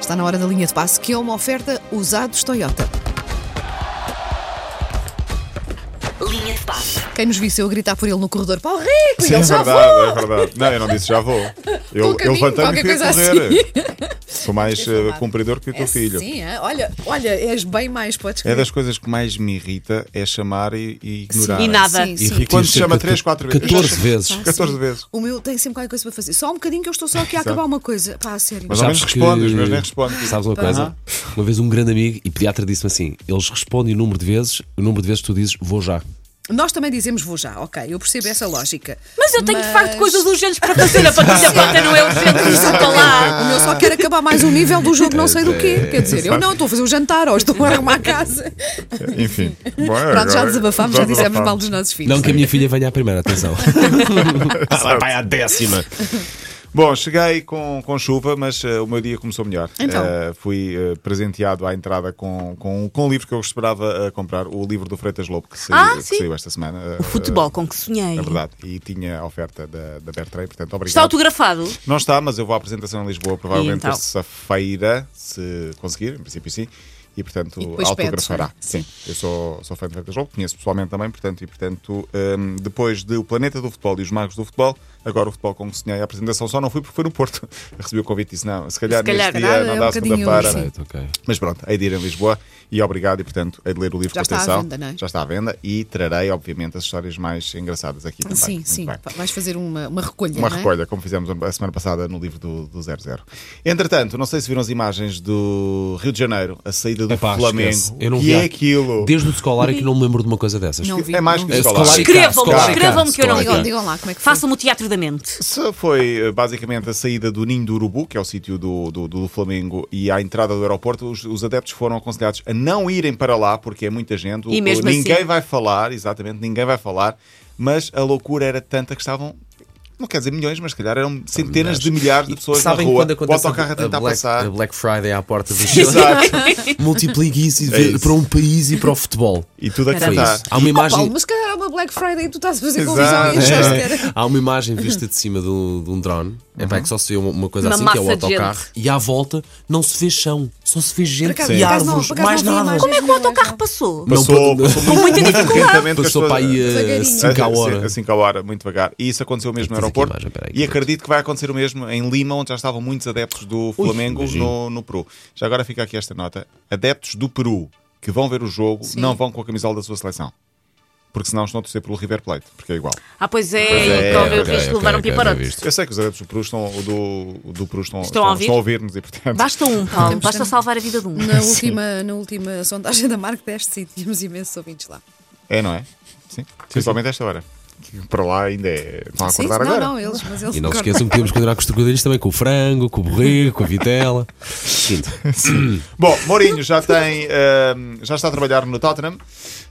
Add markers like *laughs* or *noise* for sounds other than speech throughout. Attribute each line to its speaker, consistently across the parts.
Speaker 1: Está na hora da linha de passe, que é uma oferta usados Toyota.
Speaker 2: Linha de passe.
Speaker 1: Quem nos visse eu a gritar por ele no corredor, Paulo Rico, e
Speaker 3: é
Speaker 1: ele já
Speaker 3: verdade,
Speaker 1: vou!
Speaker 3: é verdade. Não, eu não disse
Speaker 1: *laughs*
Speaker 3: já vou. Eu,
Speaker 1: caminho,
Speaker 3: eu levantei-me
Speaker 1: qualquer
Speaker 3: e fui a
Speaker 1: coisa
Speaker 3: correr. Sou mais
Speaker 1: Deixa eu
Speaker 3: eh,
Speaker 1: falar.
Speaker 3: cumpridor que o teu
Speaker 1: É
Speaker 3: filho.
Speaker 1: Sim, é? olha, olha, és bem mais, podes
Speaker 3: É
Speaker 1: crer.
Speaker 3: das coisas que mais me irrita é chamar e, e ignorar.
Speaker 4: E nada.
Speaker 1: Sim,
Speaker 4: E
Speaker 1: sim.
Speaker 3: E quando se chama
Speaker 5: Cerca de
Speaker 3: 3, 4 vezes. *laughs*
Speaker 5: 14 vezes.
Speaker 1: Ah, sim.
Speaker 3: 14 vezes.
Speaker 1: O meu tem sempre qualquer coisa para fazer. Só um bocadinho que eu estou só aqui a acabar uma coisa. Pá, a sério.
Speaker 3: Mas ao menos
Speaker 5: Sabes que-
Speaker 3: responde, os meus nem respondem.
Speaker 5: Sabes
Speaker 4: Tá.
Speaker 5: uma coisa?
Speaker 3: Aham.
Speaker 5: Uma vez um grande amigo e pediatra disse-me assim: eles respondem o número de vezes, o número de vezes que tu dizes vou já.
Speaker 1: Nós também dizemos vou já, ok, eu percebo essa lógica.
Speaker 4: Mas eu tenho de facto
Speaker 1: Mas-
Speaker 4: coisas urgentes para fazer. A patrulha pata não é urgente, desculpa lá.
Speaker 1: O meu só quer acabar mais um nível do jogo, não sei do
Speaker 3: É,
Speaker 1: quê. Quer dizer, eu não, estou a fazer o jantar ou estou a arrumar a casa.
Speaker 3: É, Enfim. Bom, agora-
Speaker 1: *laughs* Pronto, já desabafámos, já dissemos mal dos nossos filhos.
Speaker 5: Não que a minha filha venha à primeira,
Speaker 3: *laughs*
Speaker 5: atenção. Ela vai à décima.
Speaker 3: Bom, cheguei com, com chuva, mas eh, o meu dia começou melhor.
Speaker 1: Então.
Speaker 3: Eh, fui eh, presenteado à entrada com, com, com um livro que eu esperava eh, comprar, o livro do Freitas Lobo, que saiu,
Speaker 4: Ah,
Speaker 3: que
Speaker 4: sim.
Speaker 3: saiu esta semana.
Speaker 4: O futebol com que sonhei.
Speaker 3: É verdade. é E tinha a oferta da, da Bertrand, portanto, obrigado.
Speaker 4: Está autografado?
Speaker 3: Não está, mas eu vou à apresentação em Lisboa,
Speaker 4: E
Speaker 3: provavelmente
Speaker 4: então?
Speaker 3: terça-feira, se conseguir, em princípio sim. E portanto,
Speaker 1: E depois é?
Speaker 3: autografará.
Speaker 1: pedes,
Speaker 3: Sim, eu sou, sou fã de Freitas Lobo, conheço pessoalmente também, portanto, e portanto, hum, depois de O Planeta do Futebol e os Magos do Futebol, agora o futebol com que sonhei a apresentação só não fui porque foi no Porto. *laughs* Recebi o convite e disse: não, se calhar,
Speaker 4: Se calhar,
Speaker 3: neste
Speaker 1: se calhar
Speaker 3: dia
Speaker 1: é
Speaker 3: não
Speaker 1: um
Speaker 3: dá
Speaker 1: bocadinho,
Speaker 3: segunda-feira.
Speaker 1: sim.
Speaker 5: Ok.
Speaker 3: Mas pronto, hei de ir em Lisboa e obrigado e portanto hei de ler o livro
Speaker 1: Já
Speaker 3: com
Speaker 1: está à
Speaker 3: atenção.
Speaker 1: venda, não é?
Speaker 3: Já está à venda e trarei, obviamente, as histórias mais engraçadas aqui também.
Speaker 1: Sim,
Speaker 3: Muito
Speaker 1: sim.
Speaker 3: bem.
Speaker 1: Vais fazer uma, uma recolha.
Speaker 3: Uma
Speaker 1: não é?
Speaker 3: recolha, como fizemos a semana passada no livro do, do 00. Entretanto, não sei se viram as imagens do Rio de Janeiro, a saída do
Speaker 5: Epá,
Speaker 3: Flamengo.
Speaker 5: esquece. Eu não
Speaker 3: que
Speaker 5: vi
Speaker 3: é
Speaker 5: a-
Speaker 3: aquilo?
Speaker 5: Desde o Scolar que não me lembro de uma coisa dessas.
Speaker 1: Não vi.
Speaker 3: é mais
Speaker 1: não
Speaker 3: que
Speaker 1: vi.
Speaker 5: É
Speaker 3: escolar.
Speaker 5: escolar.
Speaker 4: Escrevam-me,
Speaker 5: Scolar.
Speaker 4: escrevam-me que eu não
Speaker 5: Scolar.
Speaker 1: Digam,
Speaker 4: vi.
Speaker 1: digam lá como é que foi.
Speaker 4: Façam-me o teatro da mente.
Speaker 3: Se foi eh, basicamente a saída do Ninho do Urubu, que é o sítio do, do, do Flamengo, e à entrada do aeroporto, os, os adeptos foram aconselhados a não irem para lá, porque é muita gente. O-
Speaker 4: E mesmo
Speaker 3: o- ninguém
Speaker 4: assim-
Speaker 3: vai falar, exatamente, ninguém vai falar, mas a loucura era tanta que estavam. Não quer dizer milhões, mas se calhar eram centenas de milhares de pessoas
Speaker 5: Sabem
Speaker 3: na rua.
Speaker 5: quando
Speaker 3: o
Speaker 5: acontece
Speaker 3: autocarro a tentar
Speaker 5: Black,
Speaker 3: passar.
Speaker 5: a Black Friday
Speaker 3: *laughs*
Speaker 5: à porta do
Speaker 3: Exato.
Speaker 4: *laughs*
Speaker 5: Multiplique isso, e
Speaker 3: É
Speaker 5: vê-
Speaker 3: isso.
Speaker 5: para um país e para o futebol.
Speaker 3: E tudo a
Speaker 4: Era
Speaker 5: Foi
Speaker 3: cantar.
Speaker 5: isso. Há uma
Speaker 1: Oh, Paulo,
Speaker 5: imagem.
Speaker 1: mas se calhar há uma Black Friday e tu estás a fazer
Speaker 3: Exato.
Speaker 1: confusão e achaste que
Speaker 3: *laughs*
Speaker 1: era.
Speaker 5: *laughs* Há uma imagem vista de cima de um, de um drone. É para que só se vê uma, uma coisa
Speaker 4: Uma
Speaker 5: assim, que é o
Speaker 4: massa de
Speaker 5: autocarro.
Speaker 4: gente.
Speaker 5: E à volta não se vê chão, só se vê gente
Speaker 1: acaso-
Speaker 5: e
Speaker 1: por acaso não-
Speaker 5: árvores,
Speaker 1: por acaso
Speaker 5: mais
Speaker 1: não vi a
Speaker 5: nada.
Speaker 1: imagem.
Speaker 4: Como é que o autocarro passou?
Speaker 5: Não
Speaker 3: Passou,
Speaker 5: pode-
Speaker 3: passou muito, muito *laughs* lentamente. que as
Speaker 5: Passou para
Speaker 3: pessoas-
Speaker 5: aí eh, a
Speaker 1: Devagarinho.
Speaker 5: 5 à
Speaker 3: Sim,
Speaker 5: hora.
Speaker 3: Assim à hora, muito devagar. E isso aconteceu mesmo no
Speaker 5: Tens aqui a
Speaker 3: aeroporto.
Speaker 5: imagem, peraí,
Speaker 3: e
Speaker 5: pronto.
Speaker 3: acredito que vai acontecer o mesmo em Lima, onde já estavam muitos adeptos do Flamengo no, no Peru. Já agora fica aqui esta nota: adeptos do Peru que vão ver o jogo não vão com a camisola da sua seleção. Porque senão estão a torcer pelo River Plate, porque é igual.
Speaker 4: Ah, pois é,
Speaker 3: Pois é,
Speaker 4: e corre o
Speaker 5: ok,
Speaker 4: risco de
Speaker 5: ok,
Speaker 4: levar um
Speaker 5: ok, já
Speaker 4: piparote.
Speaker 5: viste.
Speaker 3: Eu sei que os adeptos do Peru estão, do, do Peru estão,
Speaker 4: Estão a ouvir?
Speaker 3: ouvir-nos e portanto.
Speaker 4: Basta um, Paulo, basta salvar a vida de um.
Speaker 1: Na última, na última sondagem da Mark Test, sim, tínhamos imensos ouvintes lá.
Speaker 3: É, não é? Sim. Principalmente esta hora. Que para lá ainda é. Estão a
Speaker 1: Sim,
Speaker 3: acordar
Speaker 1: não,
Speaker 3: agora.
Speaker 1: não, eles, mas eles
Speaker 5: E não se
Speaker 1: acordam.
Speaker 5: esqueçam que podemos continuar com os trocadilhos também com o frango, com o borrego, com a vitela. *laughs* Quinto.
Speaker 3: Bom, Mourinho já tem ahm, já está a trabalhar no Tottenham.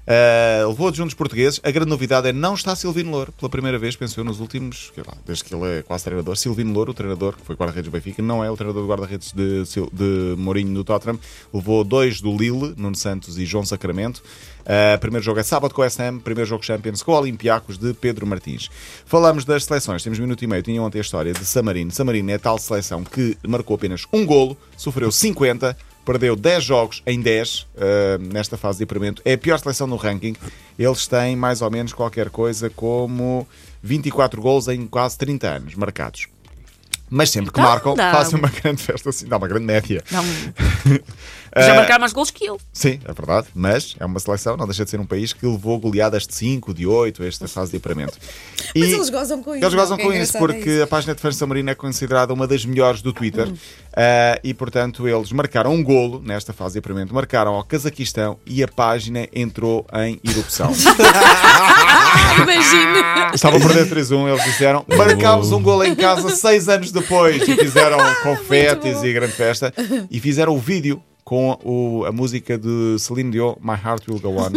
Speaker 3: Ah, levou adjuntos portugueses. A grande novidade é não está Silvino Louro. Pela primeira vez, pensou nos últimos, sei lá, desde que ele é quase treinador. Silvino Louro, o treinador que foi guarda-redes do Benfica, não é o treinador do guarda-redes de, Sil- de Mourinho no Tottenham. Levou dois do Lille, Nuno Santos e João Sacramento. Ah, primeiro jogo é sábado com o SM, primeiro jogo Champions com o Olympiacos de Pedro Martins. Falamos das seleções, temos minuto e meio. Tinha ontem a história de Samarino. Samarino é a tal seleção que marcou apenas um golo, sofreu 50, perdeu 10 jogos em 10 ah, nesta fase de apuramento. É a pior seleção no ranking. Eles têm mais ou menos qualquer coisa como 24 gols em quase 30 anos marcados. Mas sempre que
Speaker 4: Então,
Speaker 3: marcam,
Speaker 4: dá-
Speaker 3: fazem uma grande festa assim, dá uma grande média.
Speaker 4: Não. Já marcaram mais gols que eu.
Speaker 3: Sim, é verdade, mas é uma seleção, não deixa de ser um país que levou goleadas de 5, de 8 a esta fase de apuramento.
Speaker 1: *laughs*
Speaker 3: E
Speaker 1: Mas eles gozam com isso,
Speaker 3: Eles gozam
Speaker 1: não é?
Speaker 3: com
Speaker 1: É
Speaker 3: isso,
Speaker 1: engraçado,
Speaker 3: porque
Speaker 1: é isso. Hum.
Speaker 3: a página de fãs de San Marino é considerada uma das melhores do Twitter Ah, e, portanto, eles marcaram um golo nesta fase de apuramento, marcaram ao Cazaquistão e a página entrou em
Speaker 1: *laughs*
Speaker 3: erupção.
Speaker 4: Imagina.
Speaker 3: Estavam a perder 3-1, eles disseram marcámos um golo
Speaker 1: *laughs*
Speaker 3: em casa seis anos depois e fizeram confetes e grande festa e fizeram o vídeo com o- a música de Celine Dion, My Heart Will Go
Speaker 1: *laughs*
Speaker 3: On.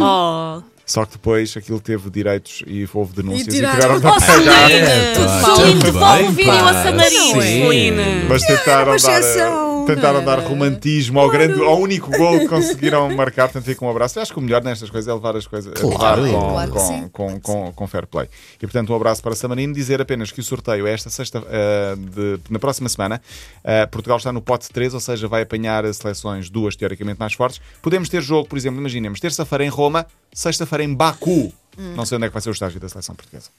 Speaker 4: Oh,
Speaker 3: Só que depois aquilo teve direitos e houve denúncias e,
Speaker 1: tiraram.
Speaker 3: tiraram
Speaker 4: oh Celine!
Speaker 1: é?
Speaker 5: É, pá,
Speaker 4: Celine,
Speaker 5: tudo
Speaker 4: devolve
Speaker 5: bem,
Speaker 4: o vídeo
Speaker 5: pá.
Speaker 4: a Samarinho,
Speaker 5: Sim.
Speaker 4: Celine.
Speaker 1: *laughs*
Speaker 3: mas tentaram
Speaker 1: uma
Speaker 3: dar, eh,
Speaker 1: exceção. não é?
Speaker 3: Tentaram
Speaker 1: era.
Speaker 3: dar romantismo ao, grande, ao único gol que conseguiram marcar, portanto fica um abraço. Eu acho que o melhor nestas coisas é levar as coisas
Speaker 5: Claro,
Speaker 3: levar com,
Speaker 1: claro que
Speaker 3: com-
Speaker 1: sim,
Speaker 3: com- com- com fair play. E portanto um abraço para Samarino. Dizer apenas que o sorteio é esta sexta, eh, de- na próxima semana. Eh, Portugal está no pote 3, ou seja, vai apanhar as seleções duas teoricamente mais fortes. Podemos ter jogo, por exemplo, imaginemos, terça-feira em Roma, sexta-feira em Baku.
Speaker 1: Hum.
Speaker 3: Não sei onde é que vai ser o estágio da seleção portuguesa.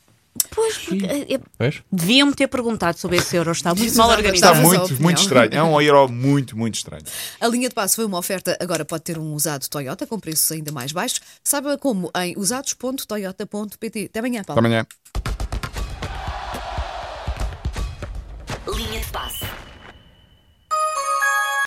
Speaker 4: Pois, porque, eh, eh,
Speaker 5: Vês?
Speaker 4: deviam-me ter perguntado sobre esse euro. Está muito mal
Speaker 1: Exato,
Speaker 3: Está
Speaker 4: organizado.
Speaker 1: Dás é a
Speaker 3: muito,
Speaker 1: opinião.
Speaker 3: muito estranho. É um euro muito, muito estranho.
Speaker 1: A linha de passo foi uma oferta, agora pode ter um usado Toyota com preços ainda mais baixos. Saiba como em usados.toyota.pt. Até amanhã, Paulo.
Speaker 3: Até amanhã.
Speaker 2: Linha de passe.